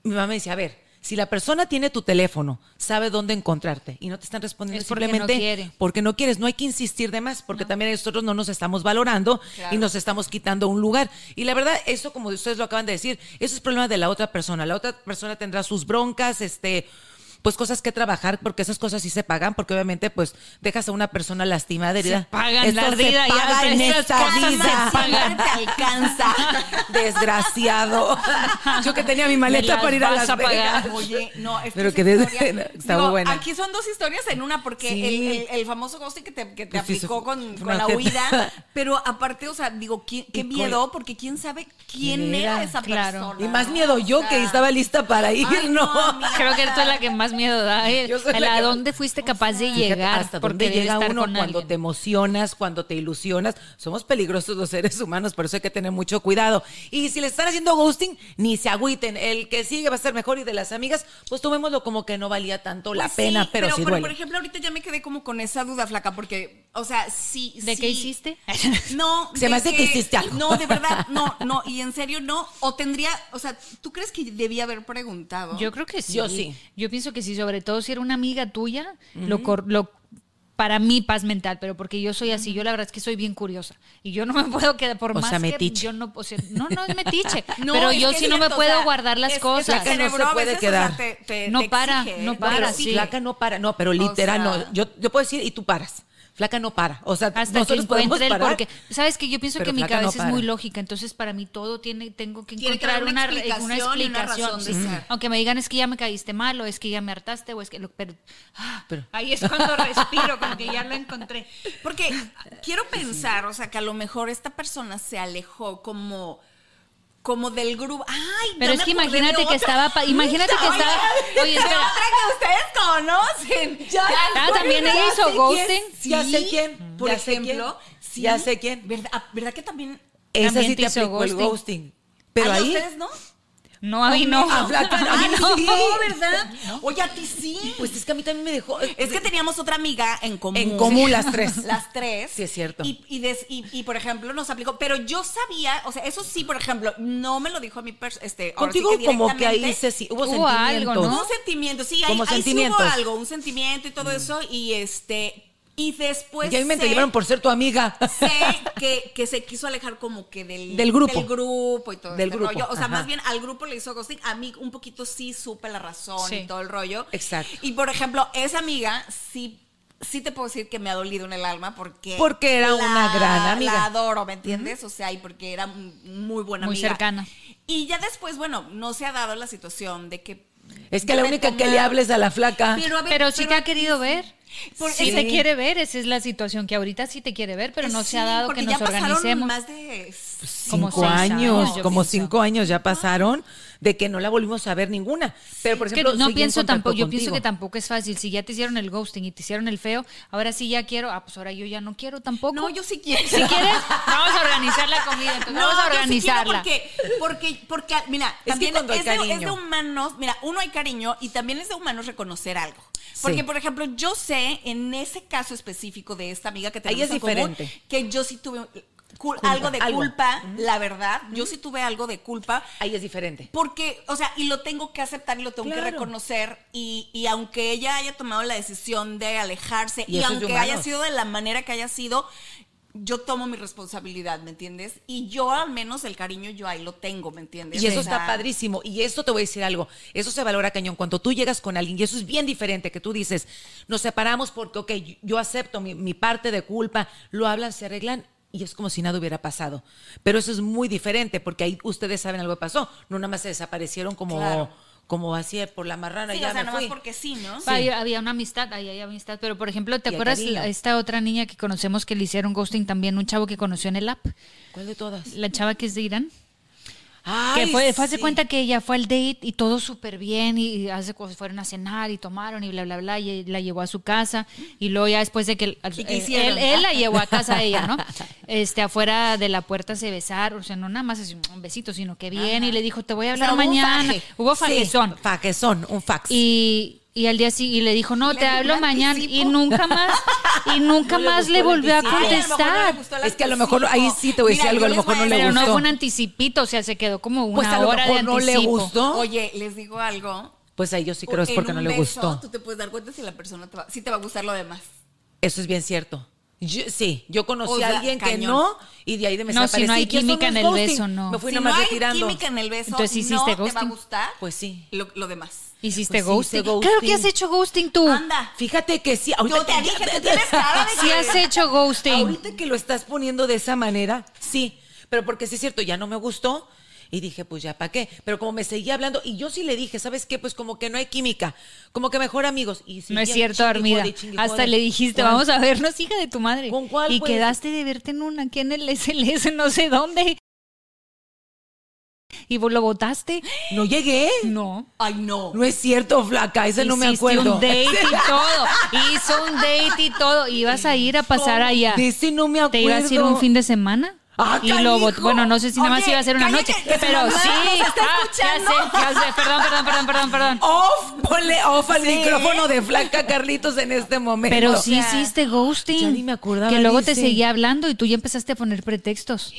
Mi mamá me decía, a ver, si la persona tiene tu teléfono, sabe dónde encontrarte y no te están respondiendo Es porque no simplemente quiere. porque no quieres, no hay que insistir de más, porque también nosotros no nos estamos valorando y nos estamos quitando un lugar. Y la verdad, eso como ustedes lo acaban de decir, eso es problema de la otra persona. La otra persona tendrá sus broncas, este pues cosas que trabajar, porque esas cosas sí se pagan, porque obviamente pues dejas a una persona lastimada, herida. pagan Esto la se herida, ya, paga pero en esas esta cosas se vida. pagan. Siempre te alcanza. Desgraciado. Yo que tenía mi maleta las para ir a vas Las a pagar. Vegas. Oye, no, es Pero esa que de- historia- está digo, buena. Aquí son dos historias en una, porque Sí. el, el- el famoso ghosting que te, que te Pues sí, fue- aplicó con, fue con una la jeta. huida, pero aparte, o sea, digo, ¿qué, qué Y con- miedo? Porque quién sabe quién ¿Quién era era? esa Claro. persona. Y más ¿no? miedo yo O sea, que estaba lista para ir, ay, no. no, amiga. Creo que tú es la que más más miedo da él. Yo soy A la la que- dónde fuiste capaz de Fíjate, llegar. hasta porque dónde debe llega estar uno con cuando alguien. te emocionas, cuando te ilusionas. Somos peligrosos los seres humanos, por eso hay que tener mucho cuidado. Y si le están haciendo ghosting, ni se agüiten. El que sigue va a ser mejor y de las amigas, pues tomémoslo como que no valía tanto la Pues sí, pena, pero, sí duele. Por ejemplo, ahorita ya me quedé como con esa duda, flaca, porque, o sea, sí. ¿De sí- qué hiciste? No. Se de me hace que hiciste algo. No, de verdad, no, no, y en serio no. O tendría, o sea, ¿tú crees que debía haber preguntado? Yo creo que sí. Yo sí. Yo pienso que sí, sobre todo si era una amiga tuya, lo, cor- lo para mí paz mental, pero porque yo soy así, yo la verdad es que soy bien curiosa y yo no me puedo quedar por O más sea, que metiche. yo no, o sea, no, no es metiche, No, pero es yo que sí es no me cierto, o puedo sea, guardar las es- es- cosas. la que no se cerebro a puede veces, quedar. te- te- No te para, exige, no ¿eh? para, pero sí. Flaca no para, no, pero literal sea- no. Yo, yo puedo decir y tú paras. Flaca no para. O sea, hasta que nosotros podemos encuentre el parar. porqué. Sabes que yo pienso pero que mi flaca no cabeza es muy para. lógica, entonces para mí todo tiene tengo que Tiene que encontrar una, haber una re- una explicación y una explicación. razón de sí. ser. Aunque me digan es que ya me caíste mal o es que ya me hartaste o es que lo- pero- ah, Pero- ahí es cuando respiro, como que ya lo encontré. Porque quiero pensar, o sea, que a lo mejor esta persona se alejó como como del grupo. Ay, ya Pero es me que acordé imagínate de que otra. estaba pa- imagínate que Oye, estaba- oye, de espera. otra que ustedes conocen. Ya, Ah, ¿también ella hizo ghosting? Ya sé quién, Por ya sé ejemplo, quién, sí. ya sé quién. ¿Verdad, ah, verdad que también Esa También sí te te hizo aplicó el ghosting. ghosting. Pero Ay, ¿a ahí. ustedes no? No, ahí no. A Flaca no. Ah, no. sí, no, ¿verdad? Oye, a ti sí. Pues es que a mí también me dejó. Es que teníamos otra amiga en común. En común las tres. Las tres. Sí, es cierto. Y, y des- y- y, por ejemplo, nos aplicó. Pero yo sabía, o sea, eso sí, por ejemplo, no me lo dijo a mí. pers- Este, ahora sí Contigo como que ahí directamente. se sí, hubo, Hubo algo, sentimientos. ¿no? Hubo un sentimiento, sí, ahí, Como ahí sí hubo sentimientos. Mm. algo, un sentimiento y todo eso. Y este. Y después. y a mí me sé- te llevaron por ser tu amiga. sé que, que se quiso alejar como que del, Del grupo. grupo y todo Del este grupo, rollo. O sea, ajá. más bien al grupo le hizo ghosting. A mí un poquito sí supe la razón Sí. y todo el rollo. Exacto. Y por ejemplo, esa amiga sí. Sí te puedo decir que me ha dolido en el alma porque... Porque era una gran amiga. La adoro, ¿me entiendes? O sea, y porque era un- muy buena Muy amiga. cercana. Y ya después, bueno, no se ha dado la situación de que... Es que la única que le hables a la flaca. Pero a ver, Pero sí pero te ha aquí querido ver. Por- sí, es- te quiere ver, esa es la situación que ahorita sí te quiere ver, pero no se ha Eh, sí, dado que porque nos ya pasaron organicemos. más de... como cinco seis años, años, yo como pienso. Ah. cinco años ya pasaron de que no la volvimos a ver ninguna. Pero por Es que ejemplo, no sigue en pienso contacto tampoco, yo pienso contigo. que tampoco es fácil. Si ya te hicieron el ghosting y te hicieron el feo, ahora sí ya quiero, ah, pues ahora yo ya no quiero tampoco. No, yo sí quiero. Si quieres, vamos a organizar la comida, entonces vamos a yo sí quiero organizarla. porque, porque, porque, mira, que también es, cuando hay de, es cariño. de humanos, mira, uno hay cariño y también es de humanos reconocer algo. Porque, Sí. por ejemplo, yo sé en ese caso específico de esta amiga que Ahí tenemos es en común, diferente. que yo sí tuve cul- algo de algo. culpa, la verdad, yo sí tuve algo de culpa. Ahí es diferente. Porque, o sea, y lo tengo que aceptar y lo tengo que Claro. reconocer. Y, y aunque ella haya tomado la decisión de alejarse Y y, eso es de aunque humanos. haya sido de la manera que haya sido, yo tomo mi responsabilidad, ¿me entiendes? Y yo al menos el cariño yo ahí lo tengo, ¿me entiendes? Y eso O sea, está padrísimo. Y eso te voy a decir algo. Eso se valora cañón. Cuando tú llegas con alguien, y eso es bien diferente, que tú dices, nos separamos porque, ok, yo acepto mi, mi parte de culpa, lo hablan, se arreglan. Y es como si nada hubiera pasado. Pero eso es muy diferente, porque ahí ustedes saben algo que pasó. No nada más se desaparecieron como, Claro. como así por la marrana. Sí, ya o sea, me nomás fui. porque sí, ¿no? Sí. Ahí había una amistad, ahí hay amistad, pero por ejemplo, Y ¿te hay acuerdas cariño. la- esta otra niña que conocemos que le hicieron ghosting también, un chavo que conoció en el app? ¿Cuál de todas? La chava que es de Irán. Ay, Que fue, fue hace sí. cuenta que ella fue al date y todo súper bien y, y hace cosas, fueron a cenar y tomaron y bla, bla, bla, y la llevó a su casa y luego ya después de que el- qué eh, él, hicieron? él la llevó a casa a ella, ¿no? Este, afuera de la puerta se besaron, o sea, no nada más así un besito, sino que viene y le dijo, te voy a O hablar sea, hubo un mañana. faje. Hubo Sí, fajezón. faquezón, un fax. Y, y al día sí y le dijo, no, Le te dio un hablo mañana. Y anticipo. nunca más, y nunca No le más gustó le el volvió a anticipo. Ay, a lo mejor contestar. Es que a lo mejor ahí sí te voy a decir algo, a lo mejor no le Pero no gustó. fue un anticipito, o sea, se quedó como una Pues a lo hora de mejor no anticipo. le gustó. Oye, les digo algo. Pues ahí yo sí creo es En porque no un le beso, gustó. Tú te puedes dar cuenta si la persona te va, si te va a gustar lo demás. Eso es bien cierto. Yo- sí, yo conocí O sea, a alguien que cañón. no y de ahí de me No, si no desaparecí. hay Y eso química es en el ghosting. beso, no. Me fui si nomás no hay retirando. química en el beso, Entonces, no ¿hiciste te va a ghosting? gustar Pues sí. lo, lo demás. Hiciste Pues sí, hice ghosting. ghosting. Claro que has hecho ghosting tú. Anda. Fíjate que sí. Ahorita Yo te dije, tú tienes cara de Sí que- has hecho ghosting. Ahorita ¿Ah, que lo estás poniendo de esa manera, sí. Pero porque sí es cierto, ya no me gustó. Y dije, pues ya, ¿para qué? Pero como me seguía hablando, y yo sí le dije, ¿sabes qué? Pues como que no hay química, como que mejor amigos. Y No seguía es cierto, chingue, Armida. jode, chingue, Hasta jode. le dijiste, ¿Cuál? vamos a vernos, hija de tu madre. ¿Con cuál, Y pues? quedaste de verte en una, aquí en el SLS, no sé dónde. y vos lo votaste. No llegué. No. Ay, no. No es cierto, flaca, ese no me acuerdo. un date y todo. Hizo un date y todo. Ibas a ir a pasar allá. De ese no me acuerdo. ¿Te ibas a ir un fin de semana? Ah, y lo vot- canijo. Bueno, no sé si nada más Oye, iba a ser una cállate, noche. que su Pero mamá sí. nos está Ah, ya sé, escuchando. ya sé. Perdón, perdón, perdón, perdón, perdón. Off, ponle off al Sí. micrófono de flaca Carlitos en este momento. Pero sí sea, hiciste ghosting. ya ni me acordaba, Que luego te dice. seguía hablando y tú ya empezaste a poner pretextos.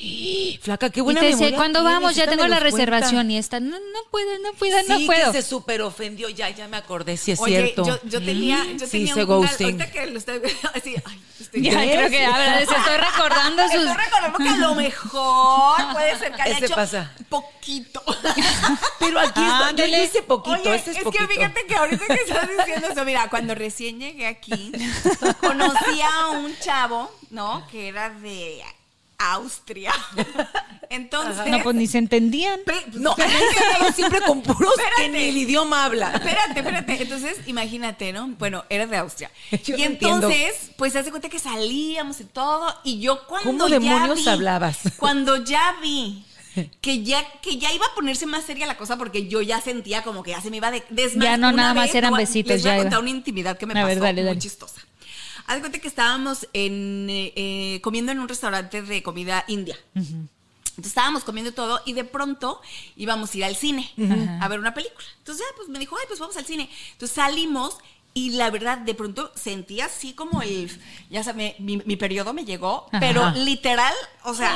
Flaca, qué Y buena te decía, memoria ¿cuándo tienes, vamos? Ya ahorita tengo me la los cuenta. reservación y esta. No, no puedo, no puedo, Sí, no puedo. que se súper ofendió. Ya, ya me acordé, sí es Oye, cierto. yo, yo tenía, yo Sí, tenía hice un gal- ghosting. Ahorita que lo estoy así, ay, estoy Ya, creo que ahora les estoy recordando sus. Estoy recordando que a lo mejor puede ser que haya Ese hecho pasa. poquito. Pero aquí Ah, está, yo ándale. le hice poquito, Oye, este es, que poquito. fíjate que ahorita que estás diciendo eso, mira, cuando recién llegué aquí, conocí a un chavo, ¿no? Que era de Austria. Entonces. No, pues ni se entendían. pe- No, este güey siempre con puros que Espérate. ni el idioma habla. Espérate, espérate. Entonces, imagínate, ¿no? Bueno, era de Austria. Yo y no entiendo. entonces, pues, hace cuenta que salíamos y todo. Y yo cuando ¿Cómo ya demonios vi- hablabas? Cuando ya vi que ya, que ya iba a ponerse más seria la cosa porque yo ya sentía como que ya se me iba de... es más, Ya no, una nada más vez, eran te voy a- besitos, Les voy ya a iba. contar una intimidad que me A pasó ver, dale, dale. muy chistosa. Haz de cuenta que estábamos en, eh, eh, comiendo en un restaurante de comida india. Entonces estábamos comiendo todo y de pronto íbamos a ir al cine a ver una película. Entonces ya, pues me dijo, ay, pues vamos al cine. Entonces salimos y la verdad, de pronto sentía así como el, ya sabes, mi, mi periodo me llegó, Ajá. pero literal, o sea,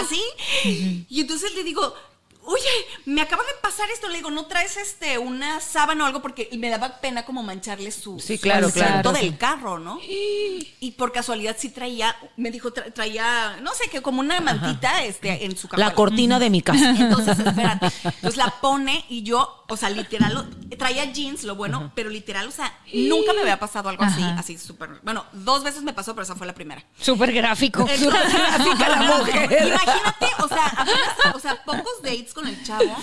así. Y entonces le digo, oye, me acaba de pasar esto. Le digo, ¿no traes este, una sábana o algo? Porque me daba pena como mancharle su, Sí, su claro, asiento claro. del carro, ¿no? Y por casualidad sí traía, me dijo, tra- traía, no sé, que como una mantita este, en su La cajuela. cortina de mi casa. Entonces, espérate. Entonces la pone y yo, o sea, literal, lo- traía jeans, lo bueno, pero literal, o sea, nunca me había pasado algo así, Ajá. así súper. Bueno, dos veces me pasó, pero esa fue la primera. Súper gráfico. Entonces, así que la mujer. mujer. Imagínate, o sea, apenas- o sea, pocos dates con el chavo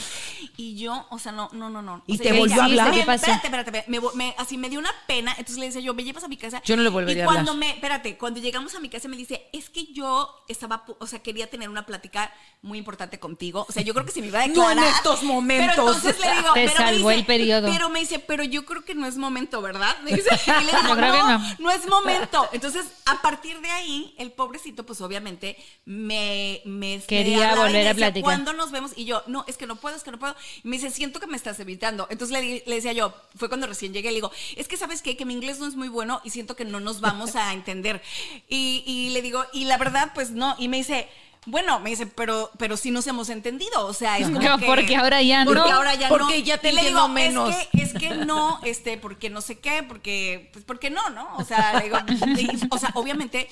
y yo, o sea, no, no, no, no. ¿Y O sea, te yo volvió a decía, hablar? "Ven, ¿Qué pasó? Espérate, espérate, espérate. Me, vo- me- así me dio una pena, entonces le decía yo, me llevas a mi casa. Yo no le volvería y a cuando hablar. me, espérate, cuando llegamos a mi casa me dice, es que yo estaba, pu- o sea, quería tener una plática muy importante contigo, o sea, yo creo que se me iba a No declarar. en estos momentos. Pero entonces le Te digo, pero me salvó dice, el periodo. Pero me dice, pero yo creo que no es momento, ¿verdad? Me dice, y le digo, No, creo que "No, no". no es momento. Entonces, a partir de ahí, el pobrecito, pues obviamente, me, me me Quería hablaba y volver me a decía, platicar. ¿Cuándo nos vemos? Y yo, no, es que no puedo, es que no puedo. Y me dice, siento que me estás evitando. Entonces le, di- le decía yo, fue cuando recién llegué, le digo, es que sabes qué, que mi inglés no es muy bueno y siento que no nos vamos a entender. Y, y le digo, y la verdad, pues no. Y me dice, bueno, me dice, pero, pero sí nos hemos entendido. O sea, es como No, que- porque ahora ya porque no. ahora ya Porque no. ya te Y le entiendo digo, es menos. que- es que no, este, porque no sé qué, porque, pues porque no, ¿no? O sea, le digo, y- o sea, obviamente,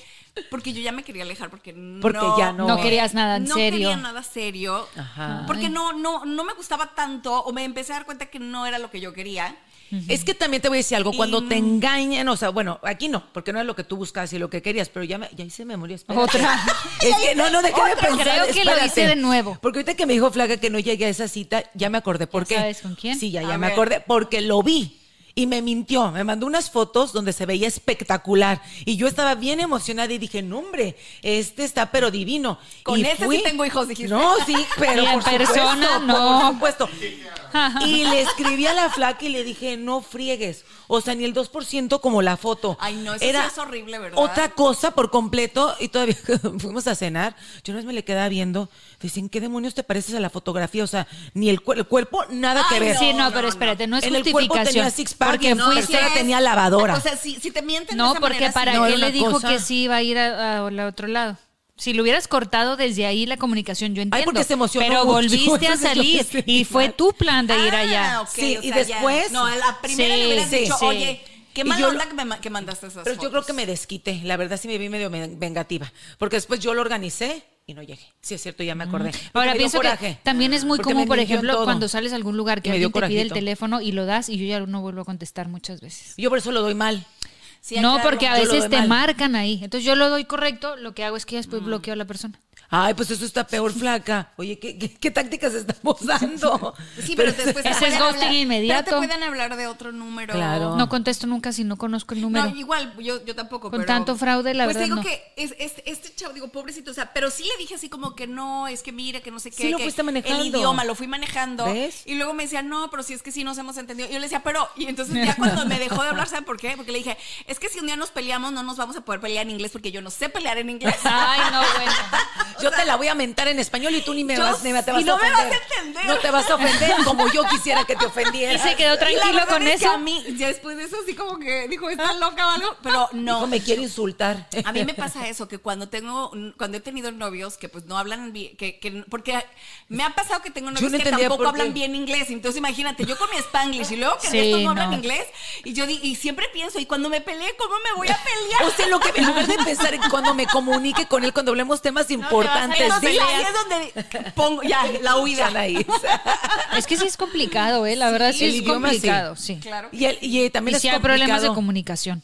porque yo ya me quería alejar, porque no. Porque ya no. No querías nada en no serio. quería nada serio, Ajá. porque no, no, no me gustaba tanto, o me empecé a dar cuenta que no era lo que yo quería. Es que también te voy a decir algo, Y- cuando te engañan, o sea, bueno, aquí no, porque no es lo que tú buscabas y lo que querías, pero ya, me, ya hice memoria. espérate. Otra. Es que no, no, déjame pensar. Creo que lo espérate. hice de nuevo. Porque ahorita que me dijo Flaca que no llegué a esa cita, ya me acordé. ¿Por qué? sabes con quién? Sí, ya, A ya me ver. acordé. Porque lo vi. Y me mintió, me mandó unas fotos donde se veía espectacular. Y yo estaba bien emocionada y dije, no hombre, este está pero divino. Con y este sí tengo hijos, dijiste. No, sí, pero Y en por supuesto, persona, por no. pues, supuesto. Y le escribí a la flaca y le dije, no friegues. O sea, ni el 2% como la foto. Ay, no, eso sí es horrible, ¿verdad? Otra cosa por completo. Y todavía fuimos a cenar. Yo no me le quedaba viendo. Dicen, ¿qué demonios te pareces a la fotografía? O sea, ni el, cuer- el cuerpo, nada que ver. sí, no, no, pero no. espérate, no es en el cuerpo justificación. tenía six pack porque y en fui- si persona es- tenía lavadora. O sea, si, si te mienten de No, esa porque manera, para sí. no qué era le una dijo cosa. que sí iba a ir a- a- al otro lado. Si lo hubieras cortado desde ahí la comunicación, yo entiendo. porque se emocionó Pero mucho, volviste a entonces lo salir hice y fue mal. tu plan de ir Ah, allá. ok, Sí, o y sea, ya. después- No, a la primera le Sí, hubieras sí, dicho, sí. oye, qué Y mala yo onda lo- que me, ma- que mandaste esas Pero yo creo fotos. que me desquité. La verdad sí me vi medio men- vengativa. Porque después yo lo organicé y no llegué. Sí, es cierto, ya me acordé. Porque Mm. Ahora me dio pienso que coraje. también es muy Porque común, me por mintió en ejemplo, todo. cuando sales a algún lugar que Y me dio alguien te pide el corajito. teléfono y lo das y yo ya no vuelvo a contestar muchas veces. Yo por eso lo doy mal. Sí, hay que no, darlo. porque Yo a lo veces doy te mal. Mm. marcan ahí. Entonces yo lo doy correcto, lo que hago es que después bloqueo a la persona. Ay, pues eso está peor, flaca. Oye, ¿qué, qué, qué tácticas estamos dando? Sí, pero después te Ese pueden es ghosting hablar- inmediato. Pero te pueden hablar de otro número. Claro. No contesto nunca si no conozco el número. No, igual, yo, yo tampoco. Con pero- tanto fraude, la pues verdad, digo no. que es, es- este chavo, digo, pobrecito, o sea, pero sí le dije así como que no, es que mira, que no sé qué. Sí lo que fuiste manejando. El idioma, lo fui manejando. ¿Ves? Y luego me decía, no, pero si es que sí nos hemos entendido. Y yo le decía, pero, y entonces ya cuando me dejó de hablar, ¿saben por qué? Porque le dije, es que si un día nos peleamos, no nos vamos a poder pelear en inglés porque yo no sé pelear en inglés. Ay, no, bueno. Yo te la voy a mentar en español y tú ni me Yo vas, ni me- te sí, vas no a me ofender. vas a entender. No te vas a ofender como yo quisiera que te ofendieras. Y se quedó Y la tranquilo verdad con es que eso. a mí, ya después de eso, así como que dijo, está loca o algo, pero no. No, me quiere insultar. A mí me pasa eso, que cuando tengo, cuando he tenido novios que pues no hablan bien, que, que- porque me ha pasado que tengo no novios que entendía tampoco por qué. hablan bien inglés, entonces imagínate, yo con mi spanglish y luego que Sí, estos no, no. hablan inglés, y yo di- y siempre pienso, y cuando me peleé, ¿cómo me voy a pelear? O sea, lo que en lugar de pensar en cuando me comunique con él, cuando hablemos temas importantes, Entonces dile- ahí es donde pongo ya la huida. Anaís. Es que sí es complicado, ¿eh? La verdad sí, el es idioma sí. complicado, sí. Claro. Y, el- y, eh, también Y es sí hay problemas de complicado. comunicación.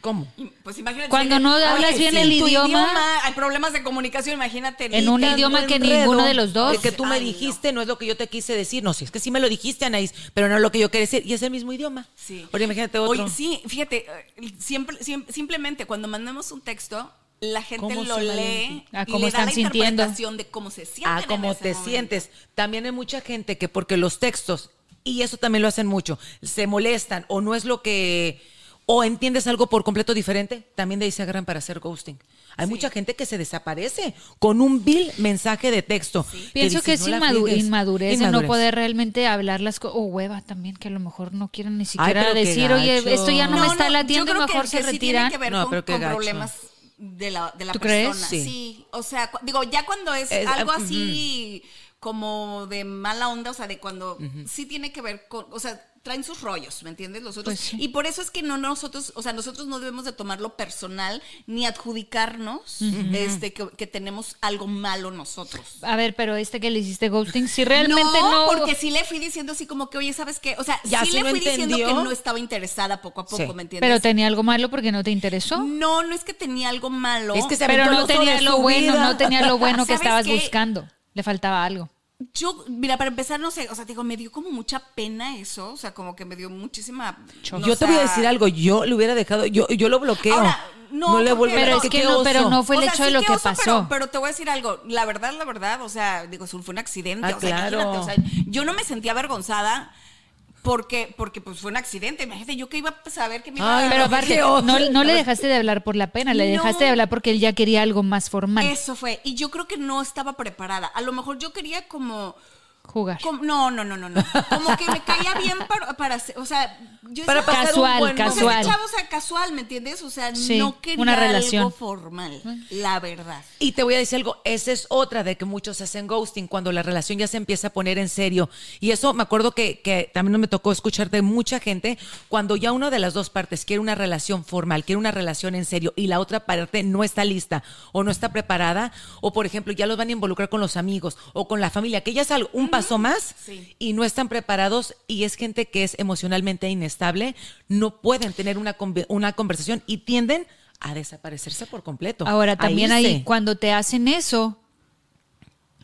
¿Cómo? Y, Pues imagínate. Cuando no Oye, hablas bien el tu idioma- hay problemas de comunicación, imagínate. En un idioma que enredo ninguno de los dos. de que tú me Ay, no. dijiste no es lo que yo te quise decir. No, si es que sí me lo dijiste, Anaís, pero no es lo que yo quería decir. Y es el mismo idioma. Sí. Ahora imagínate otro. Oye, sí, fíjate, eh, siempre, siem- simplemente cuando mandamos un texto, la gente ¿Cómo lo se lee malinterpreta? Ah, y cómo le da están la sintiendo. interpretación de cómo se sienten. a en Ah, cómo ese te momento. sientes. También hay mucha gente que porque los textos, y eso también lo hacen mucho, se molestan o no es lo que... O entiendes algo por completo diferente, también de ahí se agarran para hacer ghosting. Hay mucha gente que se desaparece con un vil mensaje de texto. que Pienso que dices, es "No la inmadu- friegues". inmadurez, de no Inmadurez. poder realmente hablar las cosas. O hueva también, que a lo mejor no quieren ni siquiera pero qué decir, oye, gacho. esto ya No, no, me no, está yo latiendo, creo que- mejor se que sí retiran. Tiene que ver No, con, pero qué con gacho. problemas de la, de la ¿Tú persona. crees? Sí. Sí. O sea, cu- digo, ya cuando es, Es- algo ah, así como de mala onda, o sea, de cuando sí tiene que ver con, o sea, traen sus rollos, ¿me entiendes? Los otros. Pues sí. Y por eso es que no nosotros, o sea, nosotros no debemos de tomarlo personal ni adjudicarnos este que, que tenemos algo malo nosotros. A ver, pero este que le hiciste ghosting, si realmente no. porque sí le fui diciendo así como que, oye, ¿sabes qué? O sea, Ya, sí si le no fui diciendo entendió. que no estaba interesada poco a poco, Sí. ¿me entiendes? Pero tenía algo malo porque no te interesó. No, no es que tenía algo malo. Es que se pero aventó el no oso tenía de lo su bueno, vida. no tenía lo bueno que ¿Sabes estabas qué? buscando. Le faltaba algo. yo, mira, para empezar, no sé, o sea, te digo, me dio como mucha pena eso, o sea, como que me dio muchísima... no, yo o te sea, voy a decir algo, yo le hubiera dejado, yo, yo lo bloqueo. Ahora, no, le porque- vuelvo a Pero decir es que qué no, pero oso. no fue el o sea, hecho de sí, lo qué que oso, pasó. Pero, pero te voy a decir algo, la verdad, la verdad, o sea, digo, eso fue un accidente, Ah, o sea, claro. imagínate, o sea, yo no me sentía avergonzada porque, porque pues fue un accidente, imagínate, yo que iba a saber que me iba Ay, a... Pero no, aparte, qué oso. no, no le dejaste de hablar por la pena, le No. dejaste de hablar porque él ya quería algo más formal. Eso fue, y yo creo que no estaba preparada, a lo mejor yo quería como... jugar. Como- no, no, no, no, no. Como que me caía bien para, para hacer- o sea, yo Para decía, pasar Casual, un buen "Pues, momento. este casual. chavo, o sea, casual, ¿me entiendes? O sea, Sí, no quería una relación. algo formal, la verdad. Y te voy a decir algo, esa es otra de que muchos hacen ghosting cuando la relación ya se empieza a poner en serio. Y eso me acuerdo que, que también me tocó escuchar de mucha gente cuando ya una de las dos partes quiere una relación formal, quiere una relación en serio y la otra parte no está lista o no está preparada o por ejemplo ya los van a involucrar con los amigos o con la familia, que ya es algo- un paso más Sí. y no están preparados y es gente que es emocionalmente inestable, no pueden tener una, conve- una conversación y tienden a desaparecerse por completo. Ahora, a también ahí, irse. cuando te hacen eso,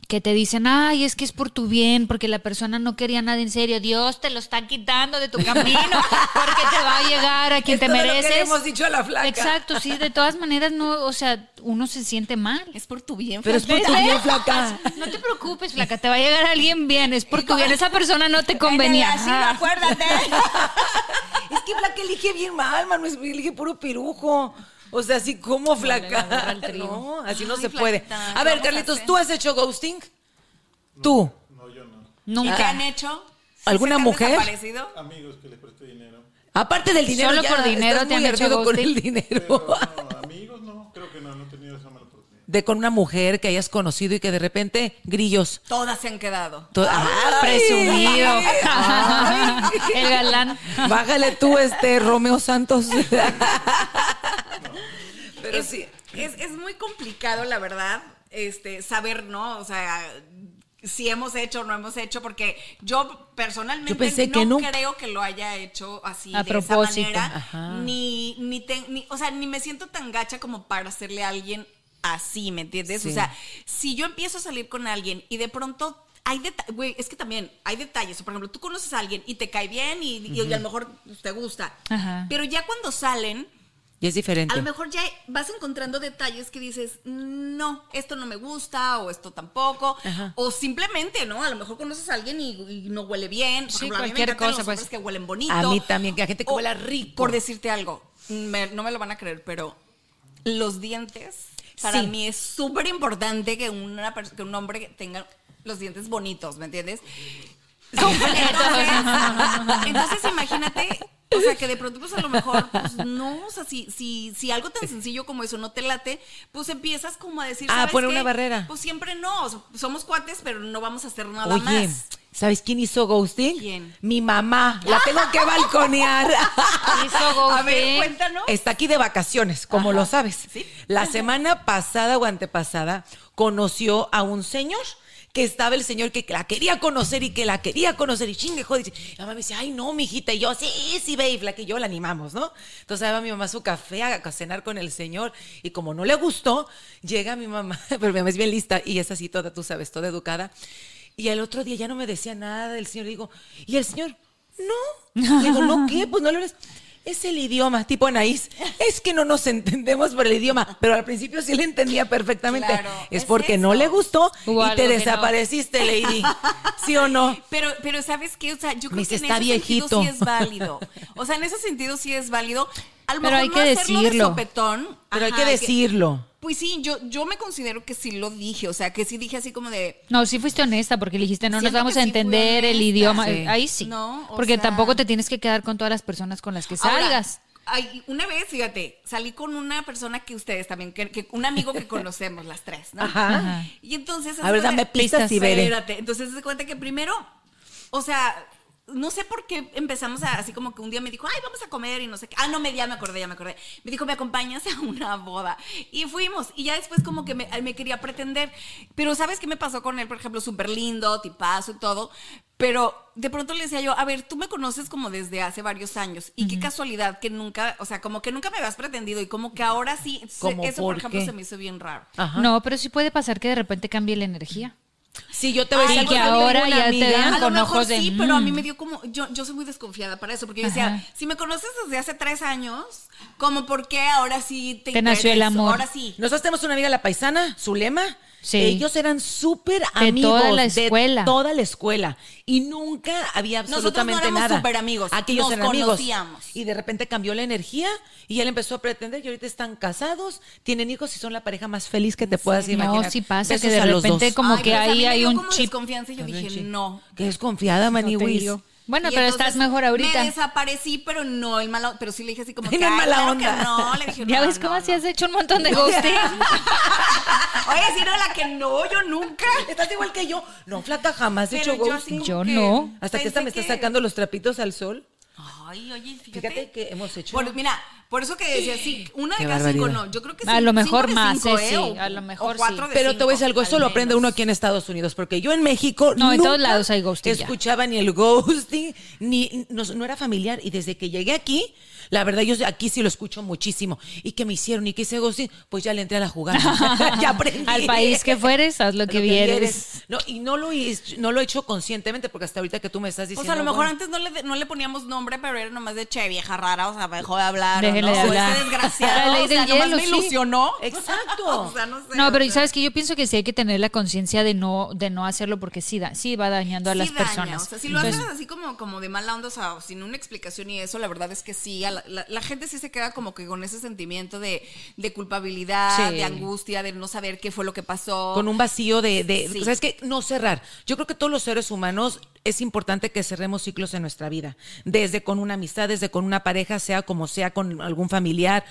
que te dicen, ay, es que es por tu bien, porque la persona no quería nada en serio, Dios te lo está quitando de tu camino, porque te va a llegar a quien Esto te de lo que mereces. le hemos dicho a la flaca. Exacto, sí, de todas maneras, no, o sea, uno se siente mal. Es por tu bien, Pero es por tu Fernanda. bien, flaca. No te preocupes, flaca, te va a llegar alguien bien, es por tu bien, esa persona no te convenía. Ándale, así, Ajá. acuérdate. Es que Flaca elige bien mal, mano, es- elige puro pirujo. O sea, así como Flaca. No, así no Ay, se puede. Flaquita, A ¿qué ver, vamos a Carlitos, hacer? ¿tú has hecho ghosting? Tú. No, yo no. ¿Y te Nunca. han hecho? ¿Sí ¿Alguna se te han mujer? desaparecido? Amigos que les presté dinero. Aparte del dinero, Solo ya por dinero estás te muy han hecho ardido con ghosting. el dinero. Pero no, amigos no, creo que no, no he tenido esa mala oportunidad. De con una mujer que hayas conocido y que de repente grillos. Todas se han quedado. To- Ah, ¡Ay! Presumido. Ay. El galán. Bájale tú, este Romeo Santos. Pero sí. Es, es muy complicado, la verdad, este, saber, ¿no? O sea, si hemos hecho o no hemos hecho, porque yo personalmente Yo pensé no, que no. creo que lo haya hecho así A de propósito. esa manera. Ajá. Ni, ni, te- ni- o sea, ni me siento tan gacha como para hacerle a alguien así, ¿me entiendes? O Sí. sea, si yo empiezo a salir con alguien y de pronto hay detalles, güey, es que también hay detalles. Por ejemplo, tú conoces a alguien y te cae bien y, y- y a lo mejor pues, te gusta. Ajá. Pero ya cuando salen, Y es diferente. a lo mejor ya vas encontrando detalles que dices, no, esto no me gusta o esto tampoco. O simplemente, ¿no? A lo mejor conoces a alguien y, y no huele bien. Por Sí, ejemplo, a mí me cualquier encantan cosa, los hombres pues. que huelen bonito. A mí también, que la gente que O, huela rico. Por decirte algo, me- no me lo van a creer, pero los dientes, para Sí. mí es súper importante que, una pers- que un hombre tenga los dientes bonitos, ¿me entiendes? Entonces, entonces, imagínate, o sea, que de pronto, pues a lo mejor, pues no, o sea, si, si, si algo tan sencillo como eso no te late, pues empiezas como a decir, Ah, ¿sabes poner qué? una barrera. Pues siempre no, o sea, somos cuates, pero no vamos a hacer nada Oye, más. ¿sabes quién hizo ghosting? ¿Quién? Mi mamá. La tengo que balconear. ah, Hizo A ver, ghosting. cuéntanos. Está aquí de vacaciones, como lo sabes. La semana pasada o antepasada conoció a un señor que estaba el señor que la quería conocer y que la quería conocer y chingue joder. Y La mamá me dice, ay no, mijita. Y yo, sí, sí, babe, la que yo la animamos, ¿no? Entonces ahí va mi mamá a su café a, a cenar con el señor y como no le gustó, llega mi mamá, pero mi mamá es bien lista y es así toda, tú sabes, toda educada. Y el otro día ya no me decía nada del señor. Le digo, ¿y el señor? No. Le digo, ¿no qué? Pues no lo eres. Es el idioma, tipo Anaís. Es que no nos entendemos por el idioma, pero al principio sí le entendía perfectamente. Claro, es es porque no eso. le gustó Hubo y te algo que no. desapareciste, lady. ¿Sí o no? Pero, pero ¿sabes qué? O sea, yo creo dice, que en "Está ese viejito". sentido sí es válido. O sea, en ese sentido sí es válido. A lo Pero mejor hay no que hacerlo de decirlo. sopetón. Pero hay Ajá, que decirlo. Pues sí, yo, yo me considero que sí lo dije. O sea, que sí dije así como de... No, sí fuiste honesta porque le dijiste no nos Siento vamos que a sí fui entender el honesta. idioma. Sí. Eh, Ahí sí. No, o porque sea- tampoco te tienes que quedar con todas las personas con las que Ahora, salgas. ay, una vez, fíjate, salí con una persona que ustedes también, que, que- un amigo que conocemos las tres, ¿no? Ajá. Y entonces... A ver, haz de dame cuenta- pistas y veré. Espérate, entonces se cuenta que primero, o sea, no sé por qué empezamos a, así como que un día me dijo, ay, vamos a comer y no sé qué. Ah, no, me, ya me acordé, ya me acordé. Me dijo, me acompañas a una boda. Y fuimos. Y ya después como que me, me quería pretender. Pero ¿sabes qué me pasó con él? Por ejemplo, súper lindo, tipazo y todo. Pero de pronto le decía yo, a ver, tú me conoces como desde hace varios años y qué casualidad que nunca, o sea, como que nunca me habías pretendido y como que ahora sí, se- ¿Cómo eso por por ejemplo qué? se me hizo bien raro. Ajá. No, pero sí puede pasar que de repente cambie la energía. Sí, yo te voy a Ay, decir que algo me dijo ahora una ya te amiga. vean A lo con mejor ojos de, sí, pero a mí mm. me dio como yo yo soy muy desconfiada para eso porque yo Ajá. decía, si me conoces desde hace tres años, como por qué ahora sí te, Te nació el interesa? amor. Ahora sí. Nosotros tenemos una amiga la paisana, Zulema. Sí. Ellos eran súper De amigos toda la escuela. de toda la escuela y nunca había Nosotros no absolutamente éramos nada. súper amigos, Aquellos nos eran amigos. conocíamos. Y de repente cambió la energía y él empezó a pretender que ahorita están casados, tienen hijos y son la pareja más feliz que te puedas imaginar. No, sí pasa que Besos de a los repente dos. como Ay, que pues a mí ahí me hay dio un como chip. desconfianza y yo Había un dije, chip. no. Qué desconfiada, Manny No te Wiz. digo. Bueno, Y pero entonces estás mejor Me ahorita. desaparecí, pero no el malo, pero sí le dije así como Ay, no, "Ay, en mala claro onda". que no, le dije ya no, ves cómo no, así no. has hecho un montón de ghosting. Oye, sí no la que no, yo nunca. Estás igual que yo. No, flaca, jamás he Pero hecho yo ghosting. así como Yo que no. Hasta que pensé esta me está sacando los trapitos al sol. Ay, oye, fíjate. Fíjate que hemos hecho- Por- mira, por eso que decía, sí, una Qué de cada cinco barbaridad. no. Yo creo que A sí, lo cinco mejor de más, cinco, eh, sí, o- a lo o mejor cuatro sí. de Pero te voy a decir algo, cinco, eso al lo aprende menos. uno aquí en Estados Unidos, porque yo en México No, en todos nunca lados hay ghosting ya. Escuchaba ni el ghosting, ni no, no era familiar. Y desde que llegué aquí, la verdad, yo aquí sí lo escucho muchísimo. ¿Y qué me hicieron? ¿Y qué hice ghosting? Pues ya le entré a la jugada. ya aprendí. Al país que fueres, haz lo A que vieres. No, y no lo, he- no lo he hecho conscientemente, porque hasta ahorita que tú me estás O diciendo. sea, a lo mejor bueno, antes no le, no le poníamos nombre, pero era nomás de che, vieja rara, o sea, dejó de hablar. Déjele o de no, O hablar. La este desgraciado, ley o sea, del nomás hielo, me sí. ilusionó. Exacto. o sea, no sé. No, o pero sea, sabes que yo pienso que sí hay que tener la conciencia de no, de no hacerlo porque sí, da, sí va dañando a sí las daña, personas. O sea, si lo Entonces, haces así como, como de mala onda, o sea, o sin una explicación y eso, la verdad es que sí, a la, la- la gente sí se queda como que con ese sentimiento de, de culpabilidad, Sí. de angustia, de no saber qué fue lo que pasó. con un vacío de, de Sí. ¿sabes qué? No cerrar. Yo creo que todos los seres humanos es importante que cerremos ciclos en nuestra vida, desde con una amistad, desde con una pareja, sea como sea, con algún familiar.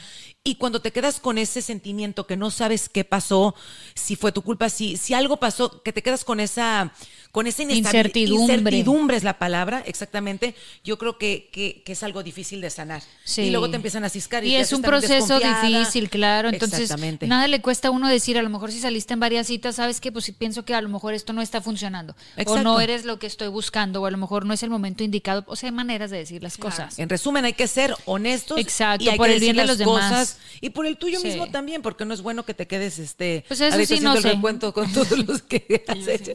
Y cuando te quedas con ese sentimiento que no sabes qué pasó, si fue tu culpa, si, si algo pasó, que te quedas con esa, con esa inestabil- Incertidumbre. incertidumbre es la palabra, exactamente. Yo creo que, que- que es algo difícil de sanar. Sí. Y luego te empiezan a ciscar. Y, te es haces un también proceso desconfiada. difícil, claro. Entonces, Exactamente. nada le cuesta a uno decir, a lo mejor si saliste en varias citas, sabes que pues sí, pienso que a lo mejor esto no está funcionando. O Exacto. no eres lo que estoy buscando o a lo mejor no es el momento indicado. O sea, hay maneras de decir las cosas. En resumen, hay que ser honestos. Exacto, y hay por que el bien decir de las los demás. cosas. Y por el tuyo Sí. mismo también, porque no es bueno que te quedes este, Pues eso ahorita sí, no haciendo sé. el recuento con todos los que has hecho.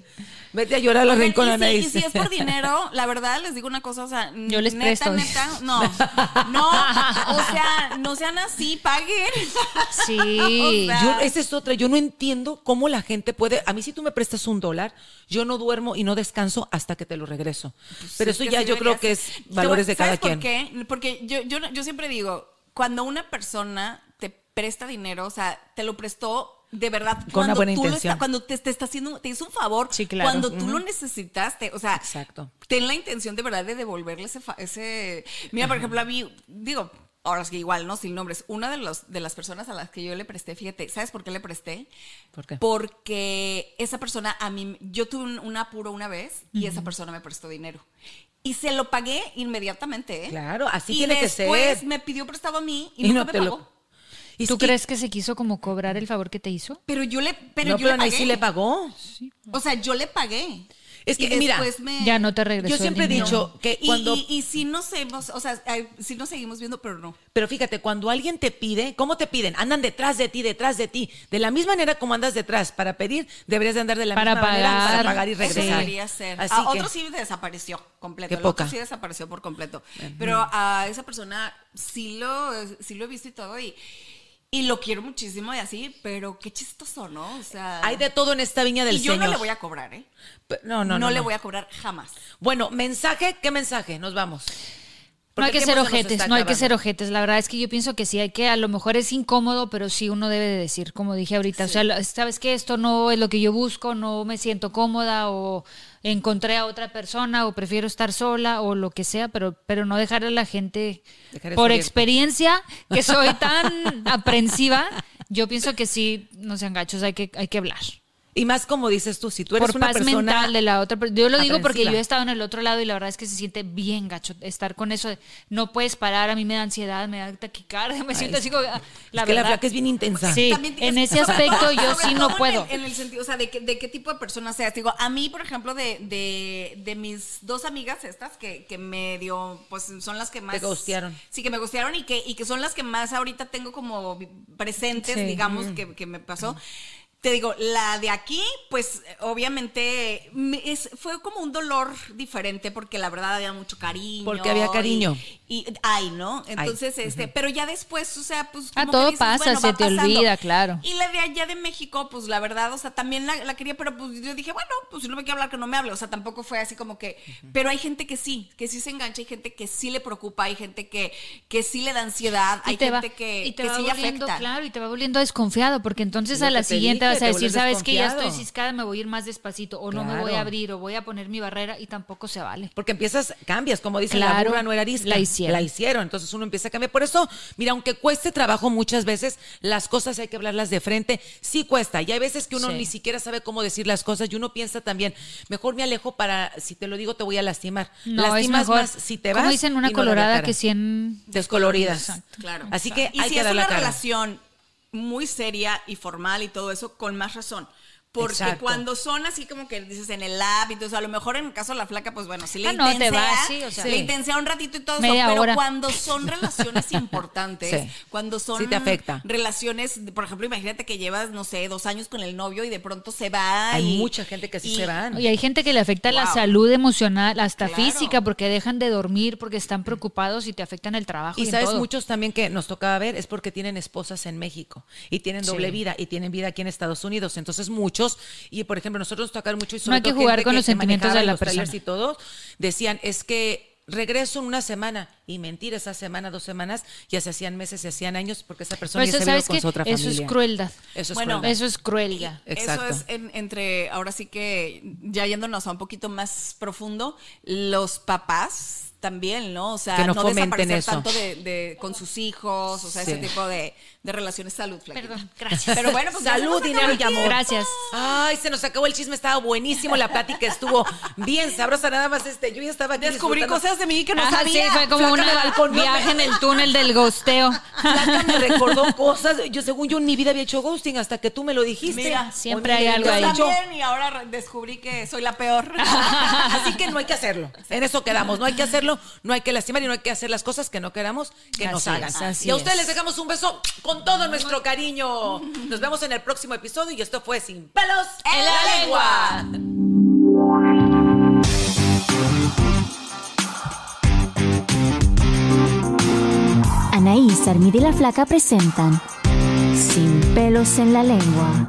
Vete a llorar a los Oigan, rincones, y, si, Anaís. y si es por dinero, la verdad les digo una cosa, o sea, Yo les neta, presto. neta, no, no, o sea, no sean así, paguen. Sí. O sea, Yo- esa es otra. Yo no entiendo cómo la gente puede. A mí, si tú me prestas un dólar, yo no duermo y no descanso hasta que te lo regreso. Pero eso Pues que ya sí yo creo debería que es ser. Yo- valores de cada ¿sabes quien. por qué? Porque yo, yo, yo siempre digo, cuando una persona te presta dinero, o sea, te lo prestó de verdad Con una cuando buena tú lo intención. está- cuando te, te está haciendo te hizo un favor Sí, claro. cuando tú lo necesitaste o sea Exacto. ten la intención de verdad de devolverle ese fa- ese mira por ejemplo a mí digo ahora es que igual no sin nombres una de los de las personas a las que yo le presté fíjate sabes por qué le presté ¿Por qué? porque esa persona a mí, yo tuve un, un apuro una vez y esa persona me prestó dinero. Y se lo pagué inmediatamente. ¿eh? Claro, así y tiene que después ser. me pidió prestado a mí y, Y nunca no me te lo- pagó. Y es ¿Tú que- crees que se quiso como cobrar el favor que te hizo? Pero yo le, pero no, yo pero le Anaís pagué. sí le pagó. O sea, yo le pagué. Es que, Y mira, después me- Ya no te regresó. Eh, Yo el siempre he dinero. dicho que Y, cuando. y, y sí nos hemos, o sea, ay, sí nos seguimos viendo, pero no. Pero fíjate, cuando alguien te pide, ¿cómo te piden? Andan detrás de ti, detrás de ti. De la misma manera como andas detrás para pedir, deberías de andar de la Para misma manera para pagar. pagar y Eso regresar. Eso debería ser. Así a que- otro sí desapareció completo. Qué el otro poca. sí desapareció por completo. Pero a esa persona sí lo, sí lo he visto y todo. Y, y lo quiero muchísimo y así, pero qué chistoso, ¿no? O sea. Hay de todo en esta viña del y yo no Señor. le voy a cobrar, ¿eh? Pe- No, No, no, no. le no. voy a cobrar jamás. Bueno, mensaje, ¿qué mensaje? Nos vamos. No Porque hay que el ser tiempo se nos ojetes, está no hay que acabando. ser ojetes. La verdad es que yo pienso que sí hay que, a lo mejor es incómodo, pero sí uno debe de decir, como dije ahorita, o sea, lo- sabes que esto no es lo que yo busco, no me siento cómoda o encontré a otra persona o prefiero estar sola o lo que sea, pero, pero no dejar a la gente, Dejar eso por abierto. experiencia, que soy tan aprensiva, yo pienso que sí, no sean gachos, hay que, hay que hablar. Y más como dices tú, si tú eres Por una paz persona mental de la otra per- Yo lo digo porque aprensiva. yo he estado en el otro lado y la verdad es que se siente bien gacho estar con eso. de, no puedes parar, a mí me da ansiedad, me da taquicardia, me siento así como. ah, La es que la verdad. flaca es bien intensa. Sí, También tienes- en ese sobre aspecto todo- yo sobre sí todo no en puedo. el- En el, sentido, o sea, de, qué- de qué tipo de persona seas. Digo, a mí, por ejemplo, de, de, de mis dos amigas estas que, que me dio, pues son las que más... ghostearon. Sí, que me gustearon y que, y que son las que más ahorita tengo como vi- presentes, Sí. Mm. digamos, que, que me pasó. Te digo, la de aquí, pues obviamente me- es- fue como un dolor diferente porque la verdad había mucho cariño. Porque había y- cariño. Y, ay, ¿no? Entonces, este, pero ya después, o sea, pues... Ah, como que todo dices, pasa, bueno, se va te pasando. olvida, claro. Y la de allá de México, pues la verdad, o sea, también la, la quería, pero pues yo dije, bueno, pues si no me quiere hablar, que no me hable. O sea, tampoco fue así como que. Pero hay gente que sí, que sí se engancha, hay gente que sí le preocupa, hay gente que, que sí le da ansiedad, hay gente que, y te que va sí le volviendo, afecta. claro, y te va volviendo desconfiado, porque entonces Es lo a la que te siguiente dije, vas a te decir, vuelves sabes que ya estoy desconfiado". ciscada, me voy a ir más despacito, o no me voy Claro. a abrir, o voy a poner mi barrera, y tampoco se vale. Porque empiezas, cambias, como dicen, la Claro, burra no era arisca. la hicieron. La hicieron, entonces uno empieza a cambiar. Por eso, mira, aunque cueste trabajo muchas veces, las cosas hay que hablarlas de frente. Sí cuesta, y hay veces que uno Sí. ni siquiera sabe cómo decir las cosas, y uno piensa también, mejor me alejo para, si te lo digo, te voy a lastimar. No, es Lastimas mejor, más si te vas. Como dicen una y no das la colorada cara. que 100 Descoloridas. Exacto. Claro. Así que Y hay si que es dar la una cara. relación muy seria y formal y todo eso, con más razón. Porque Exacto. cuando son así como que dices en el app, entonces a lo mejor en el caso de la flaca, pues bueno, sí le Ah, no, te intensea, vas, sí, o sea. le Sí. intensea un ratito y todo Media eso, pero hora. cuando son relaciones importantes, Sí. cuando son Sí te afecta. relaciones, por ejemplo, imagínate que llevas, no sé, dos años con el novio y de pronto se va. Hay y- mucha gente que sí y- se van. Y hay gente que le afecta la Wow. salud emocional, hasta Claro. física, porque dejan de dormir, porque están preocupados y te afectan el trabajo. Y Y, en sabes, todo. muchos también que nos tocaba ver es porque tienen esposas en México y tienen doble Sí. vida y tienen vida aquí en Estados Unidos. Entonces, muchos, y por ejemplo, nosotros tocar mucho y sobre No hay que todo jugar gente con los que sentimientos de manejaba la los trailers persona. Y todos decían, es que regreso en una semana y mentira, esa semana, dos semanas, ya se hacían meses, se hacían años porque esa persona Pero ya eso, se había ¿sabes con qué? su otra Eso familia. es crueldad. Eso es Bueno, crueldad. Eso es Eh, cruel ya. Exacto. Eso es en- entre, ahora sí que ya yéndonos a un poquito más profundo, los papás también, ¿no? O sea, Que no no fomenten desaparecer eso. tanto de, de- con sus hijos, o sea, Sí. ese tipo de, de relaciones salud. flaquita. Perdón, gracias. Pero bueno, pues ya se Salud, nos acabó dinero el y amor. Gracias. Ay, se nos acabó el chisme, estaba buenísimo, la plática estuvo bien sabrosa, nada más este, yo ya estaba aquí Descubrí disfrutando. cosas de mí que no Ajá, Ah, sí, sabía. fue como Flaca, túnel, viaje en el túnel del gosteo. Flaca me recordó cosas. Yo, según yo, en mi vida había hecho ghosting hasta que tú me lo dijiste. Mira, siempre O hay mira, algo yo ahí. también. También, y ahora re- descubrí que soy la peor. Ah. Así que no hay que hacerlo. En eso quedamos. No hay que hacerlo, no hay que lastimar y no hay que hacer las cosas que no queramos que Así nos hagan. es, así y a es. ustedes les dejamos un beso con todo nuestro cariño. Nos vemos en el próximo episodio y esto fue Sin Pelos en la Lengua. Anaís, Armida y la Flaca presentan Sin pelos en la lengua.